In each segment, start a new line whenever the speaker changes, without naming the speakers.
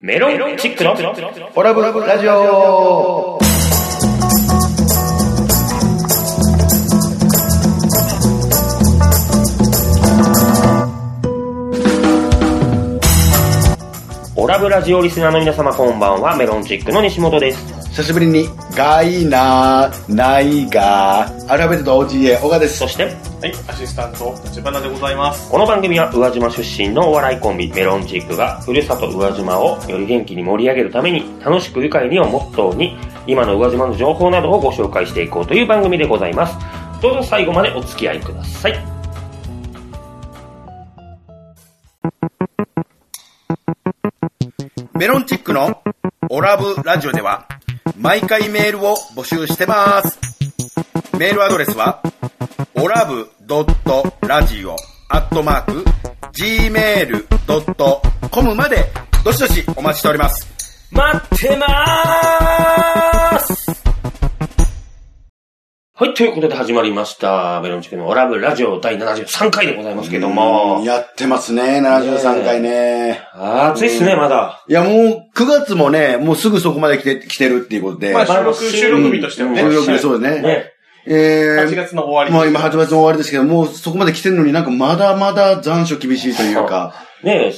メロンチックの
オラブララジオ
オラブラジオリスナーの皆様こんばんは、メロンチックの西本です。
久しぶりに、ガイナー、ナイガー、アルファベットと OGA、小川です
そ。して、
はい、アシスタント、立花でございます。
この番組は宇和島出身のお笑いコンビ、メロンチックが、ふるさと宇和島をより元気に盛り上げるために、楽しく愉快にをモットーに、今の宇和島の情報などをご紹介していこうという番組でございます。どうぞ最後までお付き合いください。
メロンチックのオラブラジオでは毎回メールを募集してます。メールアドレスはオラブドットラジオアットマーク gmail.com までどしどしお待ちしております。
待ってまーすはい、ということで始まりました。メロンチックのオラブラジオ第73回でございますけども。
やってますね、73回ね。
暑いっすね、まだ。
いや、もう、9月もね、もうすぐそこまで来て、来てるっていうことで。
まあ、
収
収録、収録日としてもね、
録日そうですね。
ね。
え
8
ー、
月の終
も
わ
う
り
今8月の終わりですけど、もうそこまで来てるのになんかまだまだ残暑厳しいというか。
ね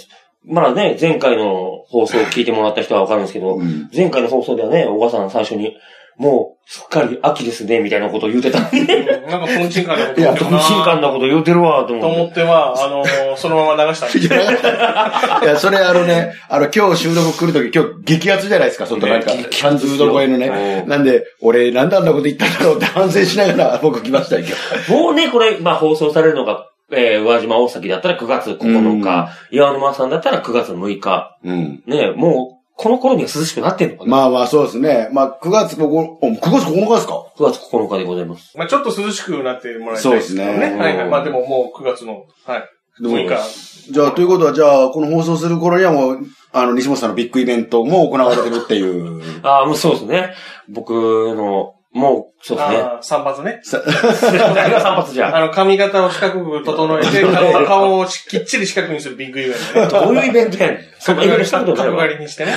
まあね、前回の放送を聞いてもらった人はわかるんですけど、
うん
前回の放送ではね、小川さん最初に、もう、すっかり秋ですね、みたいなことを言うてたんで、
に、うんなんか、懇親会のこと
い や
言って
新
るな
感なこと言うてるわ、と
と
思
思
っ
っては、あのー、そのまま流したんで
いや、いやそれあのね、あの、今日収録来るとき、今日激アツじゃないですか、外なんか、
ね激アツですよ
30度超えのね
う。ん
なんで、俺、なんであんなこと言ったんだろうって反省しながら 僕来ましたよ、今日。
て。もうね、これ、まあ放送されるのが、えー、宇和島大崎だったら9月9日、岩沼さんだったら9月6日。
うん。
ねもう、この頃には涼しくなってんのかな、
まあまあ、そうですね。まあ、9月9日、9月9日ですか
?9 月9日でございます。
まあ、ちょっと涼しくなってもらいたいですけど
そうです
ね。
ね
はいはい。まあ、でももう9月の、はい。
どう
6
で
日。
じゃあ、ということは、じゃあ、この放送する頃にはもう、あの、西本さんのビッグイベントも行われてるっていう。
ああ、もうそうですね。僕の、もう、そうです ね。
ああ、散髪ね。
誰が散髪じゃ
あの、髪型を四角く整え て、顔顔をしきっちり四角にするビッグイベントね。
どういうイベントやねん。 そんなイベントしたことない
角刈
わ。
りにしてね。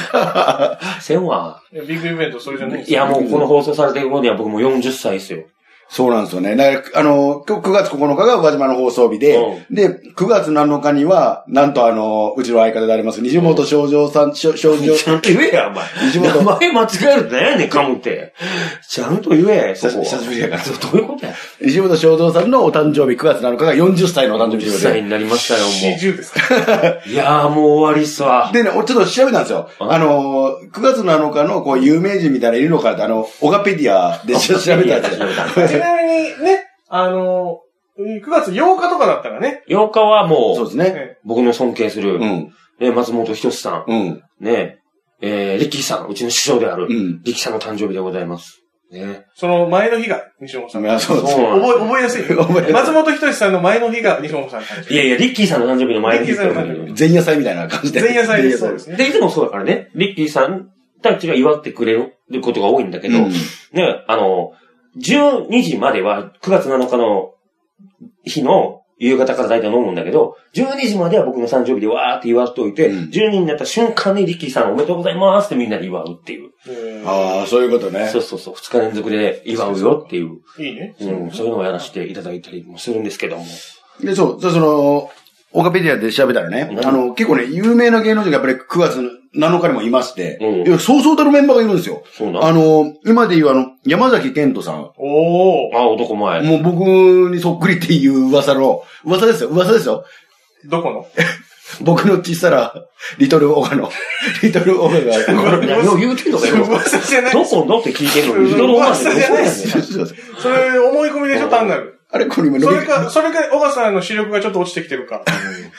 せんわ。
いやビッグイベント、それじゃないです
いや、もうこの放送されてる頃には僕もう40歳ですよ。
そうなんですよね。だから、あの、今日9月9日が宇和島の放送日で、
う
で、9月7日には、なんとあの、うちの相方であります、西本少女さん、 少少女、
ちゃんと言えや、お前。
西
名
本
前間違えるって何やねん、かむって。ちゃんと言え、そこは。
久しぶりやから
そうどういうことや。
西本正蔵さんのお誕生日、9月7日が40歳のお誕生日と
10
いうこと
歳
で。
になりましたよ、も
40ですか。
う。いやー、もう終わりっすわ。
でね、おちょっと調べたんですよ。
うん
あのー、9月7日のこう有名人みたいなのいるのかって、あの、オガペディアでちょっと調べたんですよ。
ちなみにね、あのー、9月8日とかだったらね、
8日は
そう
も
で
う、
すね。
僕の尊敬する、
うん。
ね、松本人志さん、
うん。
ね、えー、力さん、うちの師匠である、
うん。
力さんの誕生日でございます。ね。
その前の日が西本さん。
いやそうです
そうなんです
覚え、覚えやすい。
覚えやす
松本人志さんの前の日が西本さんの誕生
いやいや、リッキーさんの誕生日の前に。
リッキーさんの誕生日
前夜祭みたいな感じ
日。
で。
前夜祭です。そう
前夜
で
祭
すね。
で、いつもそうだからね、リッキーさんたちが祝ってくれることが多いんだけど、
うん
ね、あの、12時までは9月7日の日の夕方から大体飲むんだけど、12時までは僕の誕生日でわーって祝っておいて、
う
12
ん
時になった瞬間にリッキーさんおめでとうございますってみんなで祝うっていう。
うん
ああ、そういうことね
そ。うそうそう、2日連続で祝うよっていう、
いいね。
うん、そういうのをやらせていただいたりもするんですけども。
で、そう、そうその、オガペディアで調べたらね
う、ん
あの、結構ね、有名な芸能人がやっぱり9月7日にもいまして、
うん
いや、そうそうたるメンバーがいるんですよ。
そうなん。
あの、今で言うあの、山崎健人さん。
おー。
あ、男前。
もう僕にそっくりっていう噂の、噂ですよ、噂ですよ。
どこの
僕の小さな、リトルオガの、 リトルオガが、
これ何を言うてんのかよ。
噂じゃない
ど。このって聞いてるのに、人の思わせどこやねん。
それ、思い込みでしょ、単なる。
あれこれ今
そ
伸び
れ、か、それか、小川さんの視力がちょっと落ちてきてるか。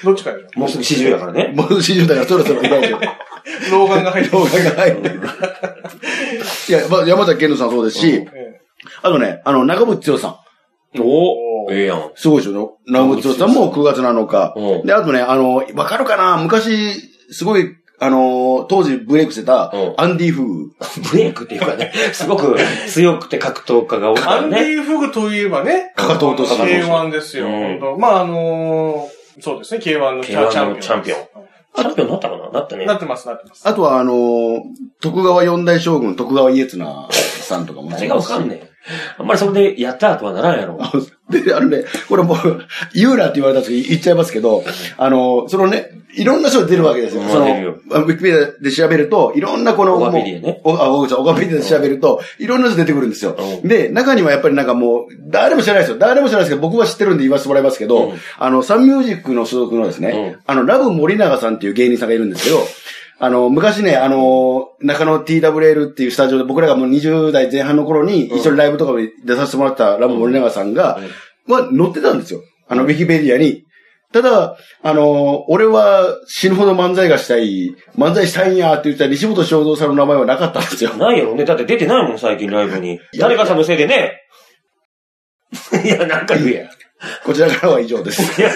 どっちかでし
もうすぐ40だからね。
もう40代がそろそろ動いてる。
ょ。老眼が入って
動画が入ってる。いや、まあ、山崎健人さんそうですし、
え
あとね、あの、中渕剛さん。
お
お
ええやん。
すごいですよね。長渕剛さんも9月7日
う。ん
で、あとね、あの、わかるかな昔、すごい、あの、当時ブレイクしてた
うん、
アンディ・フー。
ブレイクっていうかね、すごく強くて格闘家が多い
え
か
ア
ら
ンデ
ね。
ィ・フグといえばね。
かかと落とし
K1 ですよ。
うん
本当まあ、あのー、そうですね、K1 のチ
K1
ャンピオ
の
ン。
チャンピオン。チャンピオンになったかななったね。
なってます、なってます。
あとは、あのー徳川四大将軍、徳川家綱さんとかも
誰がわかんねん。あんまりそれでやったとはならんやろ。
で、あのね、これもう、言うなって言われたんですけど、言っちゃいますけど、あの、そのね、いろんな人が出るわけですよ。
うん
その、
出るよ
あウィキペディアで調べると、いろんなこの、
オガペディアね
もうおあ、ごめんなさい、オガペディアで調べると、いろんな人出てくるんですよ。
うん
で、中にはやっぱりなんかもう、誰も知らないですよ。誰も知らないですけど、僕は知ってるんで言わせてもらいますけど、
うん
あの、サンミュージックの所属のですね、
うん
あの、ラブ森永さんっていう芸人さんがいるんですけど、あの、昔ね、あの、中野 TWL っていうスタジオで僕らがもう20代前半の頃に一緒にライブとかで出させてもらったラブ森永さんが、は載ってたんですよ。あの、ウィキペディアに。ただ、あの、俺は死ぬほど漫才がしたい、漫才したいんやって言ったら西本正蔵さんの名前はなかったん ですよ。
ないやろね。だって出てないもん、最近ライブに。
や
誰かさんのせいでね。いや、なんか言えや。
こちらからは以上です。
な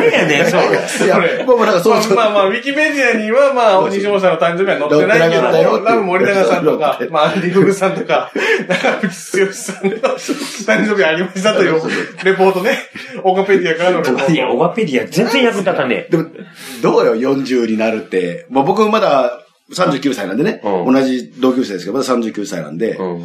んやねん、それ。
いや、まあまあなんかそうそう。
まあまあ、ウィキペディアには、まあ、西本さんの誕生日は載ってないけ
載ってなかったよって
ど、
いう
ラブ森永さんと
載っ
か
て、
まあ、アンディ・フグさんとか、中渕剛さんの誕生日ありましたというレポートね。オカペディアからのレポ
いや、
ー
オガペディア全然役立たね
でも、どうよ、40になるって。まあ僕まだ39歳なんでね、
うん
同じ同級生ですけど、まだ39歳なんで
え。、うん。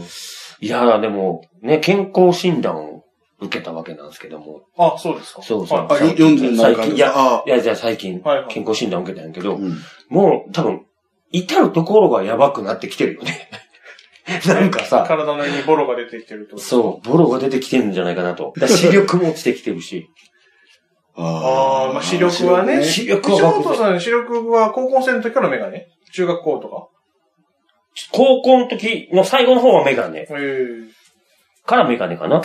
いや、でも、ね、健康診断を受けたわけなんですけども。
ト。あ、そうですか。
そうそう。
はい
あよ
最近
40にな
最
るから
近、いや
あ、
いや、じゃあ最近
はいは、い
健康診断受けたんやけど、
うん
もう多分、至るところがやばくなってきてるよね。 なんかさ、
体の上にボロが出てきてると。
そう、ボロが出てきてるんじゃないかなと。だから視力も落ちてきてるし。
ああ、まあ、視力はね。
視
西
力は
本さん、視力は高校生の時からメガネ中学校とか
高校の時の最後の方はメガネ。
ええ
からメガネかな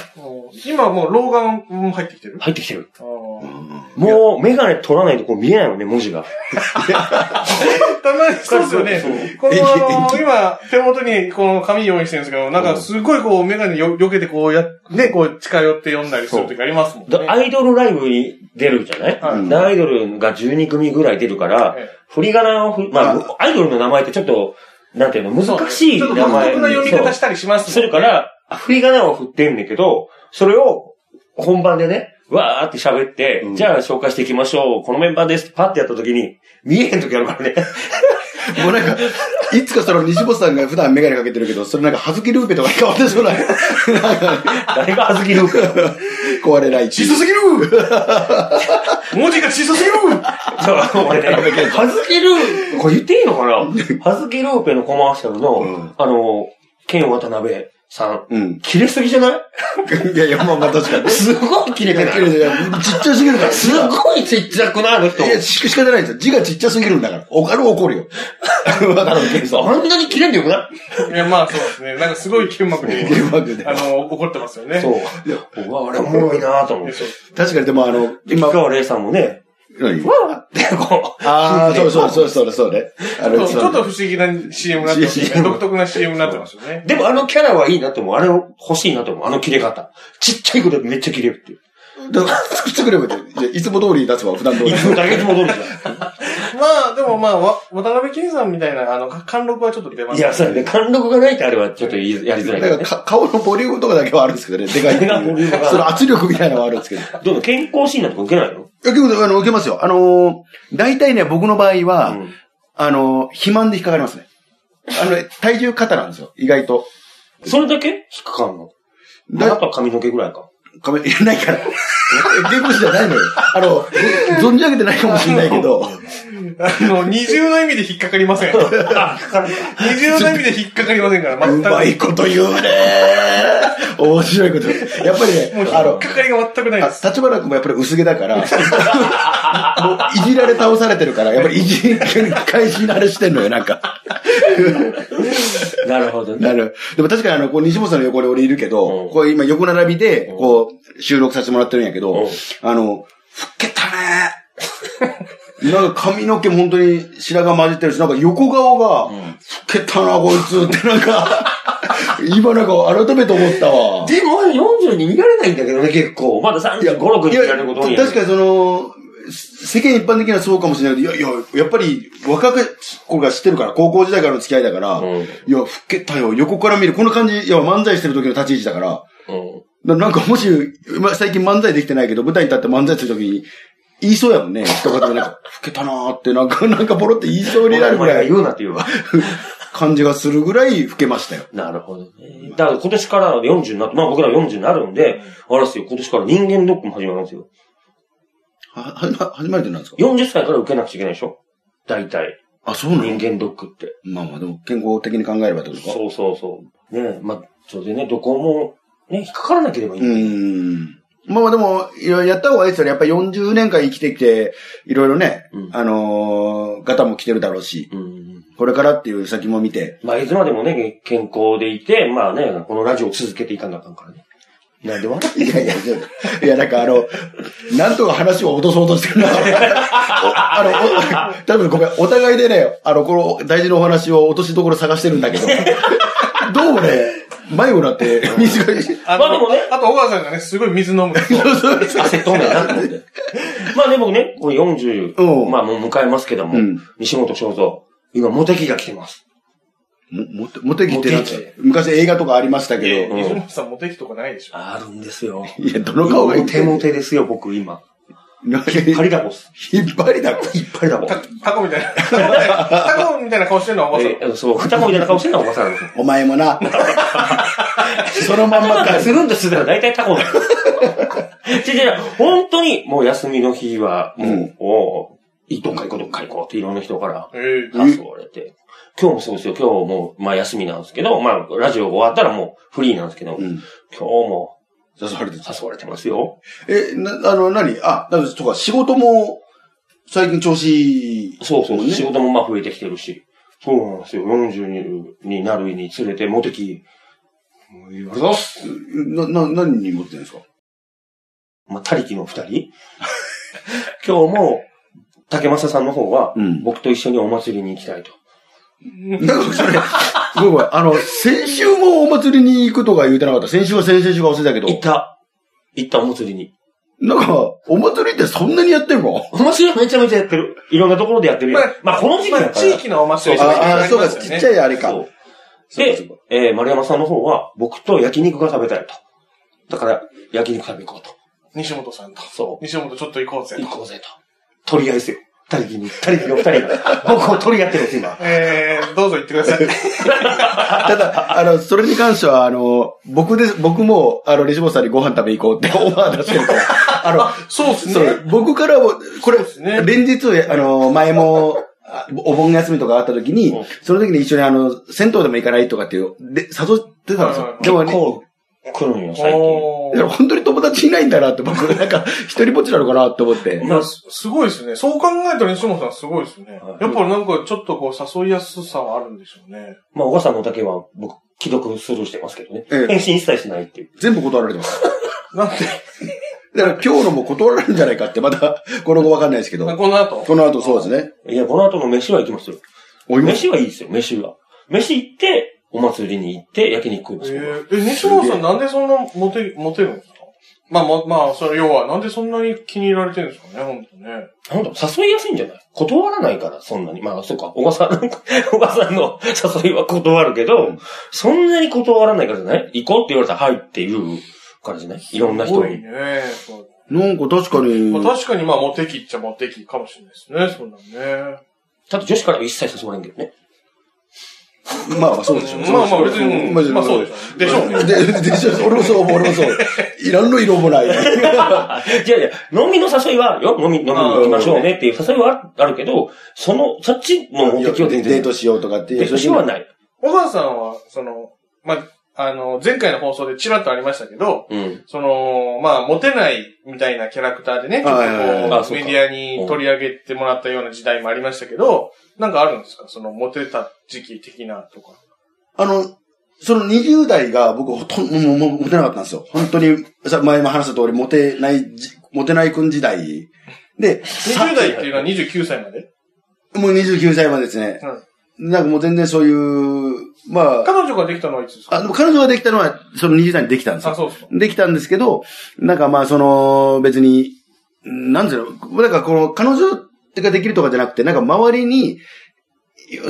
今もう老眼も入ってきてる
入ってきてる。
ああ。
もうメガネ取らないとこう見えないのね、文字が。
たまにそうです
そ
よ
う
ね。この、あの、今、手元にこの紙用意してるんですけど、なんかすごいこう、メガネよ、避けてこうや、ね、こう近寄って読んだりする時ありますもん
だ
ね。
アイドルライブに出るじゃない、
はい
でアイドルが12組ぐらい出るから、
ええ
振り仮名をふ、まあ、アイドルの名前ってちょっと、なんていうの、難しい
ちょっ
名
と
前。
独特な読み方し
そ
たりしま
う
す
するか、ら、振り仮名を振ってんだけど、それを本番でね、わーって喋って、
うん
じゃあ紹介していきましょう。このメンバーです。パッてやった時に、見えへん時あるから ね。
もうなんか、いつかその西本さんが普段メガネかけてるけど、それなんか、はずきルーペとかに変わってそうな、なんか、
誰がはずきルーペ
壊れないって
小
いう。
さすぎる文字が小さ すぎる
そう、俺ね、はずきルー、これ言っていいのかなはずきルーペのコマーシャルの、
うん
あの、ケン渡辺さん。
うん。
切れすぎじゃない
いやいや、まあまあ確かに。
すごい切れ
い
て
や
な
けれ
い。
どいやちっちゃすぎるから。
すごいちっちゃくないあの人
い。や、し仕方ないんですよ。字がちっちゃすぎるんだから。おかる怒るよ。わかるけどさ。
あんなに切れんでよくない
や、まあそうですね。なんかすごい剣幕で、
っていうわけで
あの、怒ってますよね。
いそう。うわ、あれおもろいなと思って。
確かに、でもあの、
今
今、
川玲さんもね、
何
わーってこう。
ああ、そうそうそうそうそうね。
ちょ
あ
っとちょ
の、
っ
そう
と不思議な CM になってますよ
CM
ね。独特な CM になってますよね。
でもあのキャラはいいなと思う。あれ欲しいなと思う。あの切れ方。ちっちゃいことでめっちゃ切れるっていう。
だから、つくつくればいいじゃあいつも通り出せば普段通り
い。つも誰がいつも通りじゃ
まあ、でもまあ、わ渡辺謙さんみたいな、あの、か貫禄はちょっと出ま
ん。
す
いや、そうやね。貫禄がないってあれはちょっと言いやりづらいか
な
ら
ん
ね
か。か、顔のボリュームとかだけはあるんですけどね。でかいって
でかいボリ
い
ューム
う。
が
その圧力みたいなのはあるんですけど。
どんどん健康診断とか受けないの
いや、結構、あの、受けますよ。あのー、大体ね、僕の場合は、
うん
あのー、肥満で引っかかりますね。あのね、体重肩なんですよ、意外と。
それだけ引っかかんの
だ
あとは髪の毛ぐらいか。
ごめん、いやない から。え結構じゃないのよ。あの、 存じ上げてないかもしれないけ ど、
あ の、二重の意味で引っかかりません。二重の意味で引っかかりませんから、
う
全く。
まいこと言うね面白いこと。やっぱり
もう
ね
引、
あ
っ
の、
かかりが全くない
あ
です。
立花君もやっぱり薄毛だから、もういじられ倒されてるから、やっぱりいじり返し慣れしてんのよ、なんか。
なるほどね。
なる。でも確かにあの、こう、西本さんの横に俺いるけど、
うん
こう今横並びで
う、ん
こう、収録させてもらってるんやけ
うん
ど、あの、ふっけたね なんか髪の毛も本当に白髪混じってるし、なんか横顔が、
ん
ふっけたな、こいつってなんか、 今なんか改めて思った わ。
でも、40に見られないんだけどね、結構。まだ35、6に見られること多い
い
ん
や
や
確かにその、世間一般的にはそうかもしれないけど、いやいや、やっぱり若く子が知ってるから、高校時代からの付き合いだから、
うん
いや、老けたよ、横から見る。この感じ、いや、漫才してる時の立ち位置だから、
うん
ななんかもし、ま最近漫才できてないけど、舞台に立って漫才する時に、言いそうやもんね。一言でなんか、 老けたなーって、なんか、なんかボロって言いそうになるぐ
俺
ら
が
い
言、うなって言うわ。
感じがするぐらい老けましたよ。
なるほどね。だから今年から40になって、まあ僕ら40になるんで、あれですよ、今年から人間ドックも始まりますよ。
は、はじま、始まりてなんですか
40歳から受けなくちゃいけないでしょ大体、
あ、そうなの
人間ドックって。
まあまあ、でも健康的に考えればってことか。
そうそうそう。ねまあ、それでね、どこも、ね、引っかからなければいい。
うーん。まあまあでも、いろいろやった方がいいですよね。やっぱり40年間生きてきて、いろいろね、
うん
あのー、方も来てるだろうし、
うん。
これからっていう先も見て、
まあ、いつまでもね、健康でいて、まあね、このラジオを続けていかなあかんからね。なんで笑
いやいや、ちょっといや、なんかあの、なんとか話を落とそうとしてるな。おあの、お多分ごめん、お互いでね、あの、この大事なお話を落としどころ探してるんだけど、どうもね、迷子になって、水が、
あ
まあでもね
あと、小川さんがね、すごい水飲むんですよ。
汗とんねんなと思って。 まあね、僕ね、これ40、
うん
まあもう迎えますけども、
うん
西本正蔵、今、モテキが来てます。
も、もて、もてきってなんか
モテ
昔映画とかありました
いや
け
い
ど、
や西本さんモテ期とかないでしょ。
あるんですよ。
いや、どの顔がいい
モテモテですよ、僕今。
なんか
パリダボス。
引っ張りだこ。
いっぱいだもん。
タタコみた いな。タコみたいな顔してるのは小川さん。
えーそう、双子みたいな顔してんのはおばさんなんですよ。
お前もな。そのまんま
なん
か
か。するんですら大体タコ なんですよ。違う違う、本当にもう休みの日は、もう、
うん
おうどっか行こう、どっか行こうっていろんな人から
ええ
誘われて。今日もそうですよ、今日もう、まあ休みなんですけど、まあラジオ終わったらもうフリーなんですけど、
う
今
ん。
日も
誘われてた。
誘われてますよ。
え、な、あの、何あ、だから、とか、仕事も、最近調子いい。
そうそう、
ね
仕事もまあ増えてきてるし。そうなんですよ、40になるにつれて、モテキ、もういろいろっす
な、な、何に持ってるんですか
まあ、他力の二人 今日も、竹正さんの方は、
うん
僕と一緒にお祭りに行きたいと。
なんか、それ、ごめんごめん。あの、先週もお祭りに行くとか言うてなかった。先週は先々週が忘れたけ
行っ
ど。
た。行ったお祭りに。
なんか、お祭りってそんなにやって るの
お祭りめちゃめちゃやってる。いろんなところでやってるやん。まあ、この時期だ
ま
か
あ
ら。
地域のお祭りとか
ああ、
いろ
そ
いうろあり
か、
ます
ち
よ
っちゃ
ね。
いあれか。
そう
そうかそう
で
か、
えー丸山さんの方は、僕と焼肉が食べたいと。だから、焼肉食べ行こうと。
西本さんと。
そ
西本ちょっと行こうぜ
う。行。こうぜと。とりあえずよ。他力に、他力の二人が。僕を取り合ってるんです、今。
えー、どうぞ行ってくだ さい。
ただ、あの、それに関しては、あの、僕です、僕も、あの、西本さんにご飯食べ行こうってオファー出してるから。あの、
そうっす
そ
ね。
う、僕からも、これ
そうで、すね
連日、あの、前も、あお盆休みとかあった時に
うん、
その時に一緒にあの、銭湯でも行かないとかっていう、で、誘ってたんで
はいはい
す
は
よ。
い
でもね、
こう、来るんよ、最近。
お
だから
ー
本当に友達いないんだなって、僕、なんか、一人ぼっちなのかなって思って
い。や、すすごいですね。そう考えたら西本さんすごいですね
は。い
やっぱなんかちょっとこう誘いやすさはあるんでしょうね。
まあ、小川さんのだけは、僕、既読スルーしてますけどね。
ええ
返信一切しないっていう。
全部断られてます。
なんで、
だから今日のも断られるんじゃないかって、また、 この後わかんないですけど
あ。この後
この後そうですね。
いや、この後の飯は行きますよ。
お今、
飯はいいですよ、飯は。飯行って、お祭りに行って、焼肉食い
え
ますよ。
ー、え、西本さんなんでそんなモテ、モテるんですかまあ、ま、まあ、それ要は、なんでそんなに気に入られてるんですかね、本当ね。
なんだ、誘いやすいんじゃない断らないから、そんなに。まあ、そうか、小川さん、 小川さんの誘いは断るけど、
うん
そんなに断らないからじゃない行こうって言われたら、はいっていうからじゃないいろんな
す
人
ごい
に。
ね。そう
なんか確かに、
まあ、確かにまあ、モテ期っちゃモテ期かもしれないですね、そんなんね。
ただ女子からは一切誘われんけどね。
まあまあそうでしょう。
まあまあ別に、ま
別に
あそうでしょう。でしょうね。
ででしょ俺もそう思う、俺 もそう。いらんの色もない。
じゃあいや、飲みの誘いはあるよ。飲み、飲みに行きましょうねっていう誘いはあるけど、その、そっちの目的は全然。
デートしようとかっていう。
デートしようはない。
小川さんは、その、まあ、あの、前回の放送でちらっとありましたけど、
うん。
その、まあ、モテないみたいなキャラクターでね、ちょっとこ
はいはい
はいあ
う、
そう
メ
か
ディアに取り上げてもらったような時代もありましたけど、なんかあるんですかその、モテた時期的なとか。
あの、その20代が僕ほとんど、もう、もうモテなかったんですよ。本当に、さ前も話した通り、モテないじ、モテない君時代。で、
20代っていうのは29歳まで
もう29歳までですね。
は
なんかもう全然そういう、まあ、
彼女ができたのはいつですか
あでも彼女ができたのは、その20代にできたんですよ
あ、。そうですか。
できたんですけど、なんかまあその、別に、なんていうの、なんかこの、彼女ができるとかじゃなくて、なんか周りに、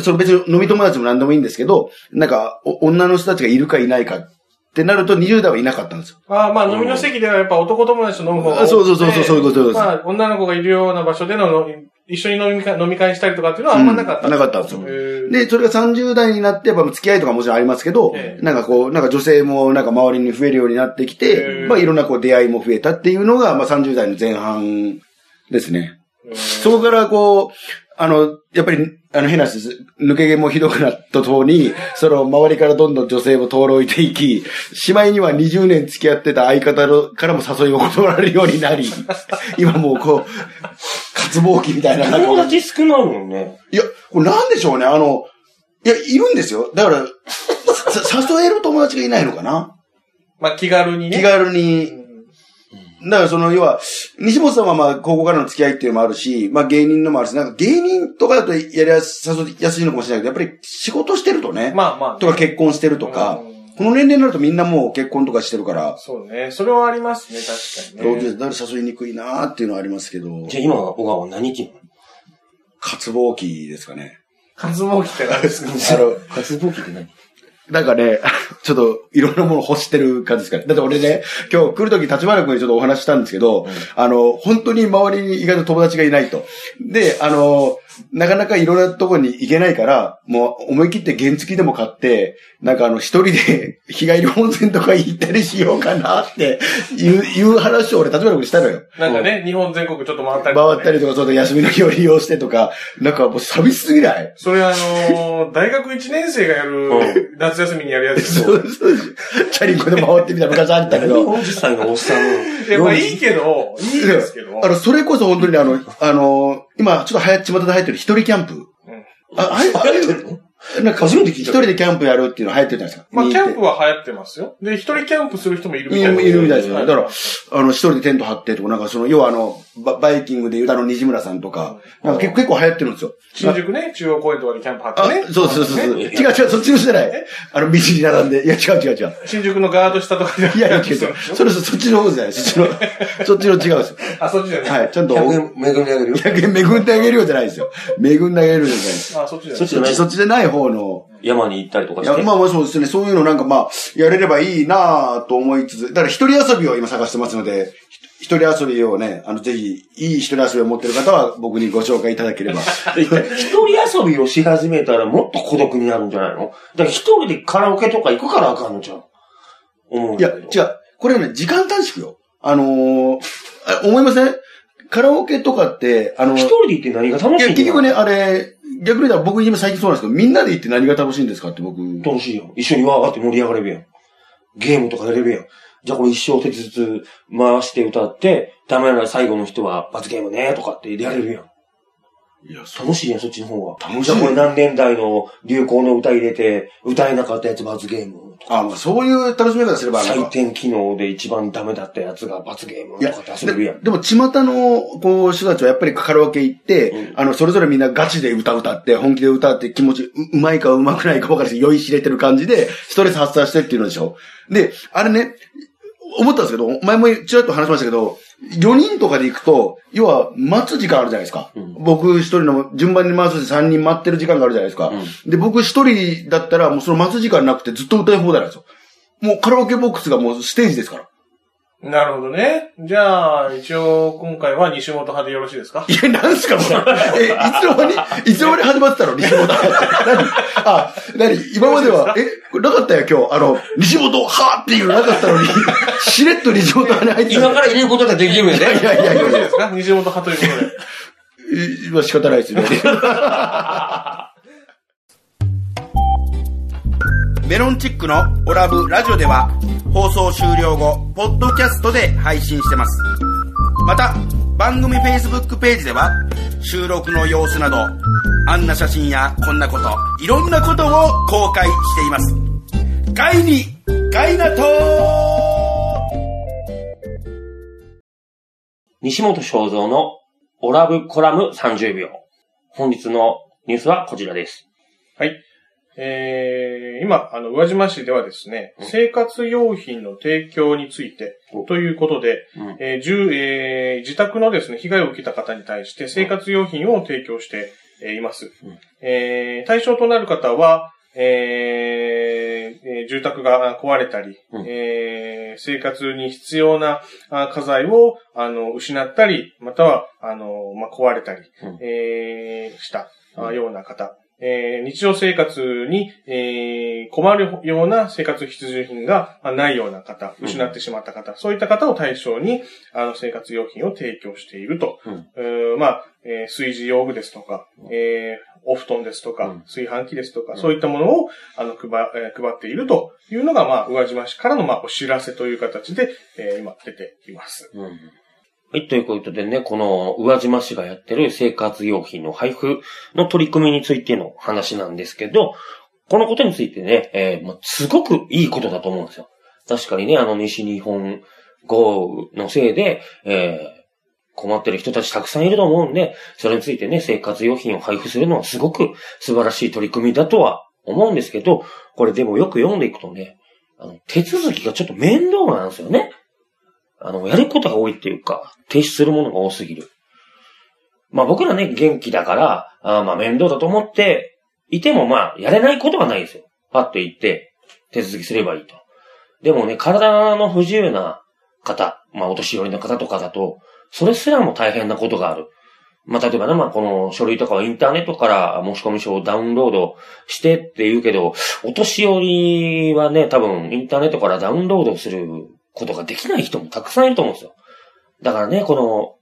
その別に飲み友達も何でもいいんですけど、なんかお女の人たちがいるかいないかってなると20代はいなかったんですよ。
ああ、まあ飲みの席ではやっぱ男友達と飲む方が多く
あ
て。
そうそうそうそうそういうことです
まあ女の子がいるような場所での飲み一緒に飲み会飲み会したりとかっていうのはあ
うんん
まなかった。
なかったんですよ。
で、
で、それが30代になって、やっぱ付き合いとかもちろんありますけど、
ええ
なんかこう、なんか女性もなんか周りに増えるようになってきて、
ええ
まあいろんなこう出会いも増えたっていうのが、まあ30代の前半ですね。そこからこう、あの、やっぱり、あの変な話です、抜け毛もひどくなったと に、その周りからどんどん女性を遠ろいていき、しまいには20年付き合ってた相方のからも誘いを断られるようにな り、今もうこう、渇望期みたいな感じ
友達少ないもんね。
いや、これなんでしょうね、あの、いや、いるんですよ。だから、さ 誘える友達がいないのかな
まあ気軽にね。
気軽に
う。ん
だからその、要は、西本さんはまあ、高校からの付き合いっていうのもあるし、まあ芸人のもあるし、なんか芸人とかだとやりやす誘いやすいのかもしれないけど、やっぱり仕事してるとね、
まあまあ。
とか結婚してるとか
う、ん
この年齢になるとみんなもう結婚とかしてるから、
そうね。それはありますね、確
同
か
級
に
生
ね。
だから誘いにくいなーっていうのはありますけど、
じゃあ今は小川は何期
渇望期ですか ね。
活動期って何ですか
あの、
活動期って何
なんかね、 ちょっと、いろんなもの欲してる感じですかね。だって俺ね、今日来るとき、立花君にちょっとお話ししたんですけど、あの、本当に周りに意外と友達がいないと。で、あの、なかなかいろんなとこに行けないから、もう思い切って原付でも買って、なんかあの、一人で 日帰り温泉とか行ったりしようかなっていう、いう話を俺、立花君にしたのよ。
なんかね、日本全国ちょっと回った
回
りとかね
ったりとか、ちょっと休みの日を利用してとか、なんかもう寂しすぎない
それあのー、大学1年生がやる、夏休みにやるやつです
そうそうチャリンコで回ってみたいな昔あったけど。
40歳のおっさん
いや、まあいいけど、いいですけど。
あの、それこそ本当にねあの、あの、今、ちょっと流行っちまたで流行ってる一人キャンプ。
うん
あ、あれ、あれ、なんか、
初めて聞い
一
た
人でキャンプやるっていうの流行ってるじゃないですか。
まあ、キャン
見
プ
に行っ
は流行ってますよ。で、一人キャンプする人もいるみたい
いるいるみたいですよね
は
だからてあの、一人でテント張ってとか、なんかその、要はあの、ババイキングで言うとあの、西村さんとか、なんか結構結構流行ってるんですよ。
新宿ね、中央公園とかでキャンプ張
あ、
ってね。
そうそうそうそう。違う違う、そっちの人じゃない。あの、道に並んで。いや、違う 違う違う。
新宿のガード下とかで。
いや、いや、違う違う。
そう
それそそっちの方じゃない。そっち の、そっちの違うんですよ。
あ、そっちじゃない。
はい、ちゃんと、
の。めぐみ上げるよ。
100円恵んであげるよじゃないですよ。恵んであげるよじゃないです。
あ、そっちじゃ
そ
な
っち。じゃない
い
そっちじゃない方の。
山に行ったりとか
い
し
や
て。
まあまあそうですね。そういうのなんかまあ、やれればいいなぁと思いつつ、だから一人遊びを今探してますので、ひ一人遊びをね、あの、ぜひ、いい一人遊びを持ってる方は僕にご紹介いただけれ ば。
一人遊びをし始めたらもっと孤独になるんじゃないのだから一人でカラオケとか行くからあかんのじゃん。思うん
いや、
だ
違
け
う
ど。。
これね、時間短縮よ。あのー、あ思いませんカラオケとかって、あの、
一
い
人で行って何が楽しい
や、
の
結局ね、あれ、逆に言ったら僕今最近そうなんですけど、みんなで行って何が楽しいんですかって僕。
楽しいよ。一緒にわーって盛り上がれるやん。ゲームとかやれるやん。じゃあこれ一生手ずつ回して歌って、ダメなら最後の人は罰ゲームねとかってやれるやん。
いや、そ
楽しいやん、そっちの方が。
楽し
じ
い
ゃあこれ何年代の流行の歌入れて、歌えなかったやつ罰ゲーム。
あ、まあそういう楽しみ方すれば、なんか
採点機能で一番ダメだったやつが罰ゲーム
いや
とかって遊べるや
で
ん。
でも、巷の、こう、人たちはやっぱりカラオケ行って、
うん
あの、それぞれみんなガチで歌歌って、本気で歌って気持ち、ううまいかうまくないか分からず、酔いしれてる感じで、ストレス発散してっていうのでしょ。で、あれね、思ったんですけど、前もちらっと話しましたけど、4人とかで行くと、要は待つ時間あるじゃないですか。
うん
僕一人の、順番に回すし3人待ってる時間があるじゃないですか。
う
で、僕一人だったら、もうその待つ時間なくてずっと歌い放題なんですよ。もうカラオケボックスがもうステージですから。
なるほどね。じゃあ、一応、今回は西本派でよろしいですか
いや、なんすか、こ れ。え、いつの間に、いつの間に始まってたの西本 って。何あ、何今までは、え、これなかったよ、今日。あの、西本、はーっていうのなかった のに、しれっと西本派に入ってた。
今から入れることができるよね。
いやいやい
よろし
やい
い
や
で。すか西本派ということで。
まあ仕方ないですね。
メロンチックのオラブラジオでは放送終了後、ポッドキャストで配信してます。また、番組 Facebook ページでは収録の様子など、あんな写真やこんなこと、いろんなことを公開しています。ガイに、ガイナトー
西本正蔵のオラブコラム30秒。本日のニュースはこちらです。
はい。えー、今、あの、宇和島市ではですね、生活用品の提供について
お、
ということで、
うん
えー住えー自宅のですね、被害を受けた方に対して生活用品を提供してえーいます。
うん
えー対象となる方は、ええーえー住宅が壊れたり、
うん
えー生活に必要なあ家財をあの失ったり、またはあの、まあ、壊れたり、
うん
えーしたあ
うん
ような方、えー日常生活に、えー困るような生活必需品があないような方、
うん
失ってしまった方、そういった方を対象にあの生活用品を提供していると
うん
うーまあ、えー、炊事用具ですとか、えーお布団ですとか、
うん
炊飯器ですとか、
うん
そういったものを、あの、配、えー配っているというのが、まあ、宇和島市からの、まあ、お知らせという形で、えー今、出ています。
うんはい、ということでね、この宇和島市がやってる生活用品の配布の取り組みについての話なんですけど、このことについてね、えーまあすごくいいことだと思うんですよ。確かにね、あの西日本豪雨のせいで、えー困ってる人たちたくさんいると思うんで、それについてね、生活用品を配布するのはすごく素晴らしい取り組みだとは思うんですけど、これでもよく読んでいくとね、あの手続きがちょっと面倒なんですよね。あの、やることが多いっていうか、提出するものが多すぎる。まあ僕らね、元気だから、あーまあ面倒だと思っていてもまあ、やれないことがないですよ。パッと行って、手続きすればいいと。でもね、体の不自由な方、まあお年寄りの方とかだと、それすらも大変なことがある。まあ例えばね、まあこの書類とかはインターネットから申込書をダウンロードしてって言うけど、お年寄りはね、多分インターネットからダウンロードすることができない人もたくさんいると思うんですよ。だからね、この、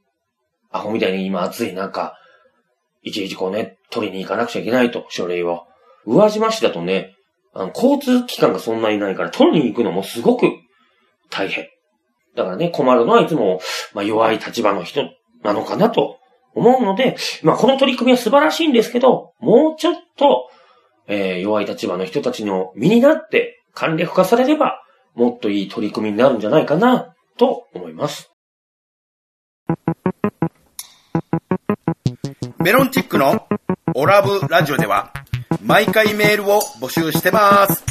アホみたいに今暑い中、いちいちこうね、取りに行かなくちゃいけないと、書類を。宇和島市だとね、あの、交通機関がそんなにないから、取りに行くのもすごく大変。だからね、困るのはいつも、まあ、弱い立場の人なのかなと思うので、まあ、この取り組みは素晴らしいんですけど、もうちょっと、えー弱い立場の人たちの身になって、簡略化されれば、もっといい取り組みになるんじゃないかな、と思います。
メロンチックのオラブラジオでは毎回メールを募集してます。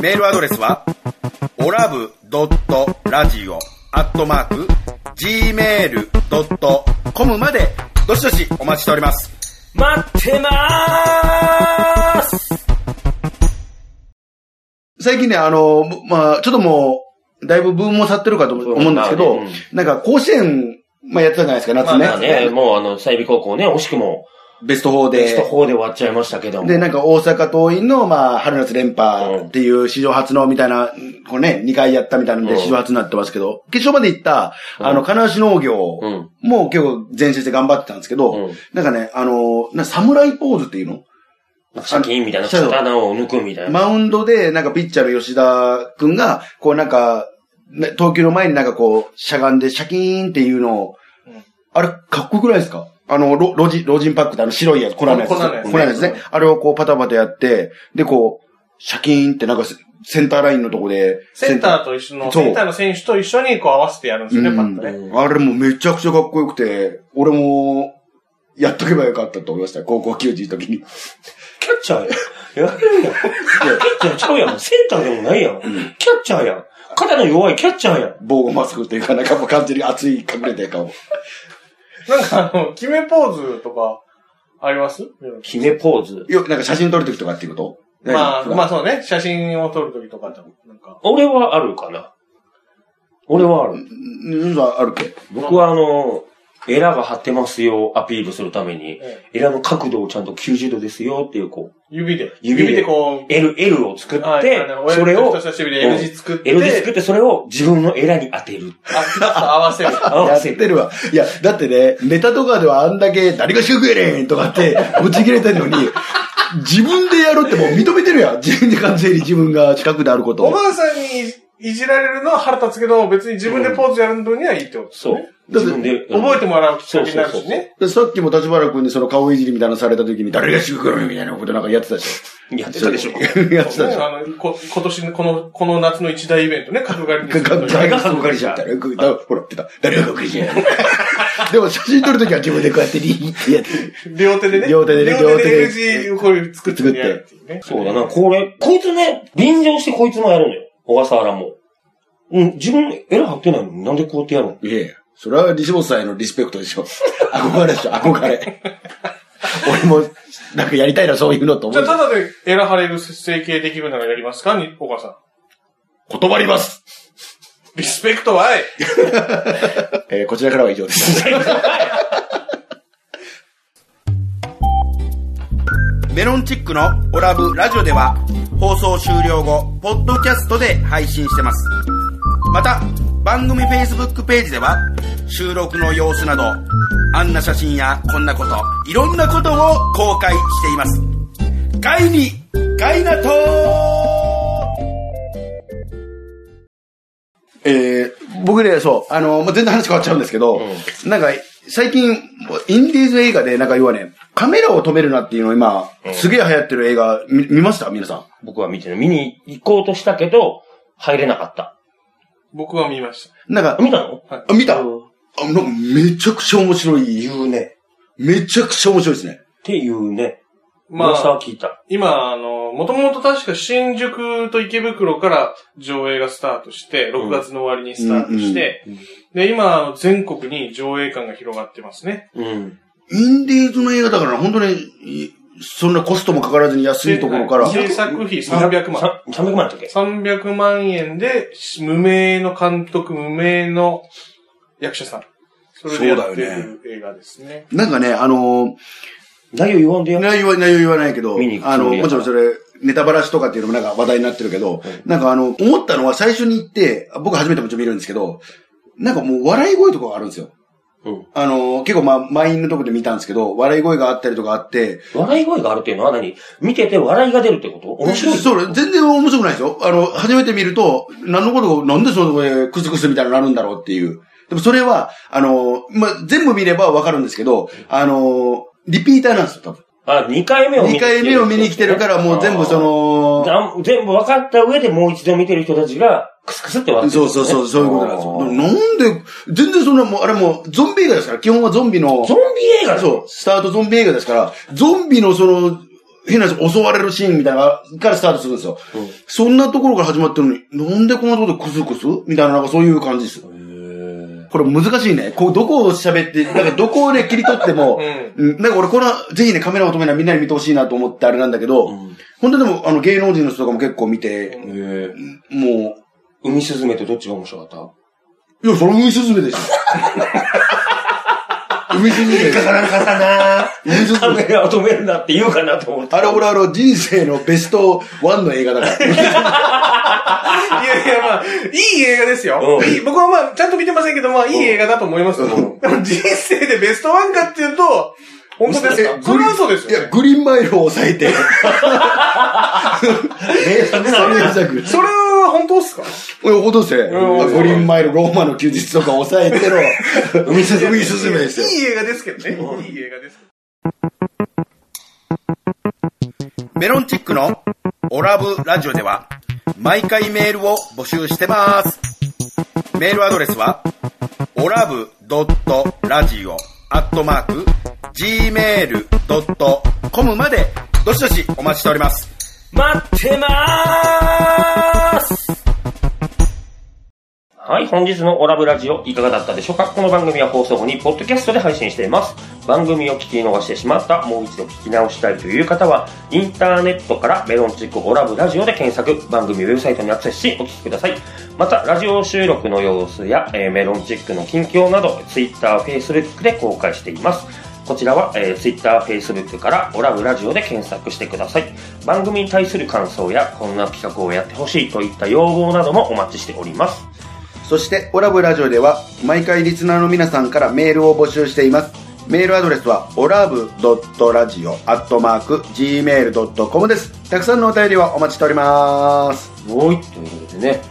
メールアドレスはオラブドットラジオアットマーク gmail.com までどしどしお待ちしております。
待ってまーす
最近ね、あの、むまあ、ちょっともう、だいぶブームも去ってるかと思うんですけど、
まあね
なんか甲子園、まあ、やってたじゃないですか、夏ね。
まあね、もうあの、済美高校ね、惜しくも、
ベスト4
ベスト
で。
4で終わっちゃいましたけども。
で、なんか大阪桐蔭の、まあ、春夏連覇っていう史上初のみたいな、こうね、2回やったみたいなん
う
で
ん
史上初になってますけど、決勝まで行った、あ
う
の、金足農業
うん。
も結構前進して頑張ってたんですけど、
うん。
なんかね、あの、な侍ポーズっていうの
借金みたいな、
そう
刀を抜くみたいな。
マウンドで、なんかピッチャーの吉田くんが、こうなんか、ね投球の前になんかこう、しゃがんでシャキーンっていうのを
うん、
あれ、かっこよくないですかあの、ロ、ロジ、ロジンパックってあの白いやつ、粉のやつ。
粉のやつね
粉のやつね。あれをこうパタパタやって、でこう、シャキーンってなんかセセンターラインのとこで、
センタ
ー
ーと一緒の、
そう
センターの選手と一緒にこう合わせてやるんですよね、
うん
パッと
う
ね。
ん
あれもめちゃくちゃかっこよくて、俺も、やっとけばよかったと思いました。高校球児の時に。
キャッチャーやん。やれるやん。キャッチャーちゃうやん。センターでもないやん。キャッチャーやん。肩の弱いキャッチャーやん。
防護マスクっていうか、なんかもう完全に熱い隠れてる顔。
なんかあの、決めポーズとか、あります
決めポーズ。
よ、なんか写真撮るときとかっていうこと
まあ、まあ
あ、
そうね、写真を撮るときとかってなんか、
俺はあるかな。俺はある。
うん、あるっけ
僕はあの、エラが張ってますよをアピールするために、
ええ
エラの角度をちゃんと90度ですよっていう、こう、
指で。
指で
でこう、
L、L を作っ
はい
て
あの、親
それ
指と
を
人、差し指で L 字作って、
L で作ってそれを自分のエラに当てる。
あちょっと合わせ る。
合
や
わ
っ
せ
て
る。
るわ。いや、だってね、ネタとかではあんだけ、誰が四角やねんとかって、ぶち切れてんのに、自分でやるってもう認めてるやん。自分で完全に自分が近くであること
お
を。
ばあさんにいじられるのは腹立つけど、別に自分でポーズやる分にはいいってことです
そう
ね。。
だって
自分で。
覚えてもらうきっ
そ
か
う
けに
そう
なる
そう
し。ね。
でさっきも立花君にその顔いじりみたいなのされた時に、誰が四角やねんみたいなことなんかやってたでし
やってたでしょ。
ょ。やってたで
ね
しょ。
あの、こ今年のこの、この夏の一大イベントね、角刈りにするという
が
誰が角刈りじゃん。誰が、ほら、出た。誰が角刈りじゃん。でも写真撮るときは自分でこうやってリーってやって。
両手でね。
両手でね
両手で
両
L
手
字をこういう作ってやるっていうね。
そうだな、これ、こいつね、便乗してこいつもやるのよ。小笠原も。うん、自分、エラ張ってないのになんでこうやってやるの
いやいや、そ れは西本さんへのリスペクトでしょ。憧れでしょ、憧れ。俺もなんかやりたいな、そういうのと
じ
思
ゃあ、
う。
ただで選ばれる整形できるならやりますかに、お母さん。
断ります。
リスペクトはい
えーこちらからは以上です。
メロンチックのオラブラジオでは放送終了後、ポッドキャストで配信してます。また、番組 Facebook ページでは収録の様子など、あんな写真やこんなこと、いろんなことを公開しています。ガイに、ガイナトー
えー僕ね、そう、あの、まあ、全然話変わっちゃうんですけど、なんか、最近、インディーズ映画で、なんか要はね、カメラを止めるなっていうのを今、すげえ流行ってる映画、見見ました皆さん。
僕は見てない。見に行こうとしたけど、入れなかった。
僕は見ました。
なんか
あ、見たの
あ見たあ
うんっ
なんかめちゃくちゃ面白い。言うね。めちゃくちゃ面白いですね。
ていうね。
ま
噂
あ、
は聞いた。
今、あの、もともと確か新宿と池袋から上映がスタートして、6月の終わりにスタートして、
うんうん
で、今、あの全国に上映館が広がってますね。
うん。
インディーズの映画だから、本当に、いそんなコストもかからずに安いところから。
制作費300万。
さ300万だったっけ
300万円で、無名の監督、無名の役者さん。それでやってる映画ですね。
なんかね、あの
内容言わんで
ー
や。
内容は、内容言わないけど
見に行、く
あ
つも
の、
りや
もちろんそれ、ネタバラシとかっていうのもなんか話題になってるけど、なんかあの、思ったのは最初に行って、僕初めてもちろん見るんですけど、なんかもう笑い声とかがあるんですよ。
うん。
あのー結構まあ、満員のとこで見たんですけど、笑い声があったりとかあって、
笑い声があるっていうのは何見てて笑いが出るってこと面白い。
そう、全然面白くないですよ。あの、初めて見ると、何のことが、なんでそのとこでクスクスみたいになるんだろうっていう。でもそれは、あの、まあ、全部見ればわかるんですけど、あの、リピーターなんですよ、多分。
あ、2回目を見に
2
来てる
回目を見に来てるから、もう全部そ、
あ
の、
ーだ全部分かった上でもう一度見てる人たちが、クスクスって笑ってる
そ
ん
う
ですね、
そうそう、そういうことなんですよ。なんで、全然そんな、もう、あれもう、ゾンビ映画ですから、基本はゾンビの、
ゾンビ映画だ
そう、スタートゾンビ映画ですから、ゾンビのその、変な話、襲われるシーンみたいなのからスタートするんですよ。
うん
そんなところから始まってるのに、なんでこんなところでクスクスみたいな、なんかそういう感じです。これ難しいね。こう、どこを喋って、なんかどこをね、切り取っても、うんなんか俺この、ぜひね、カメラを止めないみんなに見てほしいなと思ってあれなんだけど、
うん
本当でも、あの、芸能人の人とかも結構見て、
へー
もう、
海スズメとどっちが面白かっ
いや、それ海すずめでしょ。海すずめ。かからなかったな海す
た
ず
カ
め
メ。ラを止めるなって言うかなと思って。
あれ俺あの人生のベストワンの映画だ から。
いやいや、まあ、いい映画ですよ
う。ん
いい僕はまあ、ちゃんと見てませんけど、まあ、いい映画だと思いますよ。でも人生でベストワンかっていうと、本当ですか
え
それは嘘です
い
よ
や、
ね。
グリーンマイルを抑えて、
名作なんだ
名作。
それは本当っすか
俺、ほどせ、
うん
グリーンマイル、ローマの休日とか抑え ての、海すずめですよ。
いい映画ですけどね。いい映画ですけど。
メロンチックのオラブラジオでは毎回メールを募集してます。メールアドレスはオラブドットラジオアットマーク gmail.com までどしどしお待ちしております。
待ってまーすはい、本日のオラブラジオいかがだったでしょうかこの番組は放送後にポッドキャストで配信しています。番組を聞き逃してしまった、もう一度聞き直したいという方は、インターネットからメロンチックオラブラジオで検索、番組ウェブサイトにアクセスしお聞きください。また、ラジオ収録の様子や、えーメロンチックの近況など、Twitter、Facebook で公開しています。こちらは、えー、Twitter、Facebook からオラブラジオで検索してください。番組に対する感想や、こんな企画をやってほしいといった要望などもお待ちしております。
そして、オラブラジオでは、毎回リスナーの皆さんからメールを募集しています。メールアドレスは、オラブドットラジオアットマーク gmail.com です。たくさんのお便りをお待ちしております。
もう一ということでね、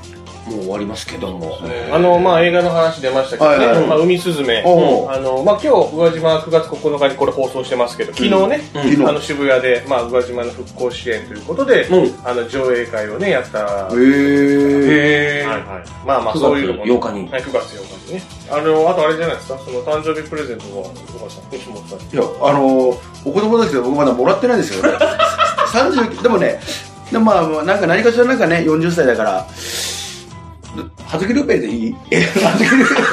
もう終わりますけども。
あの、まあ、映画の話出ましたけど
はいはいは
ね。
い
まあ、海すずめ。
おう
あの、まあ、今日、宇和島9月9日にこれ放送してますけど、昨日ね、
うん
昨日
あの、渋谷で、まあ、宇和島の復興支援ということで
うん、
あの、上映会をね、やった
へー。
へえ。はいはい。まあまあ、
9
そういうのもね。
月8日に
はい、9月8日にね。あの、あとあれじゃないですか、その誕生日プレゼントは、お母さん、いつ持ってたんです
いや、あのーお言葉ですけど、僕まだもらってないんですけどね。30、でもね、でもまあ、なんか何かしらなんかね、40歳だから、はずきルーペでいいえ、はずきルーペ。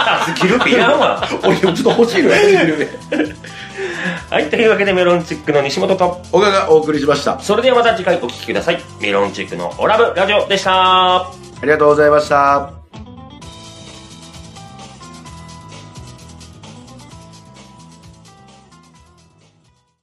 あ、キルピーなわ。
俺、ちょっと欲しいのよ、はずきルーペ。
はい、というわけでメロンチックの西本と、
岡がお送りしました。
それではまた次回お聴きください。メロンチックのオラブラジオでした。
ありがとうございました。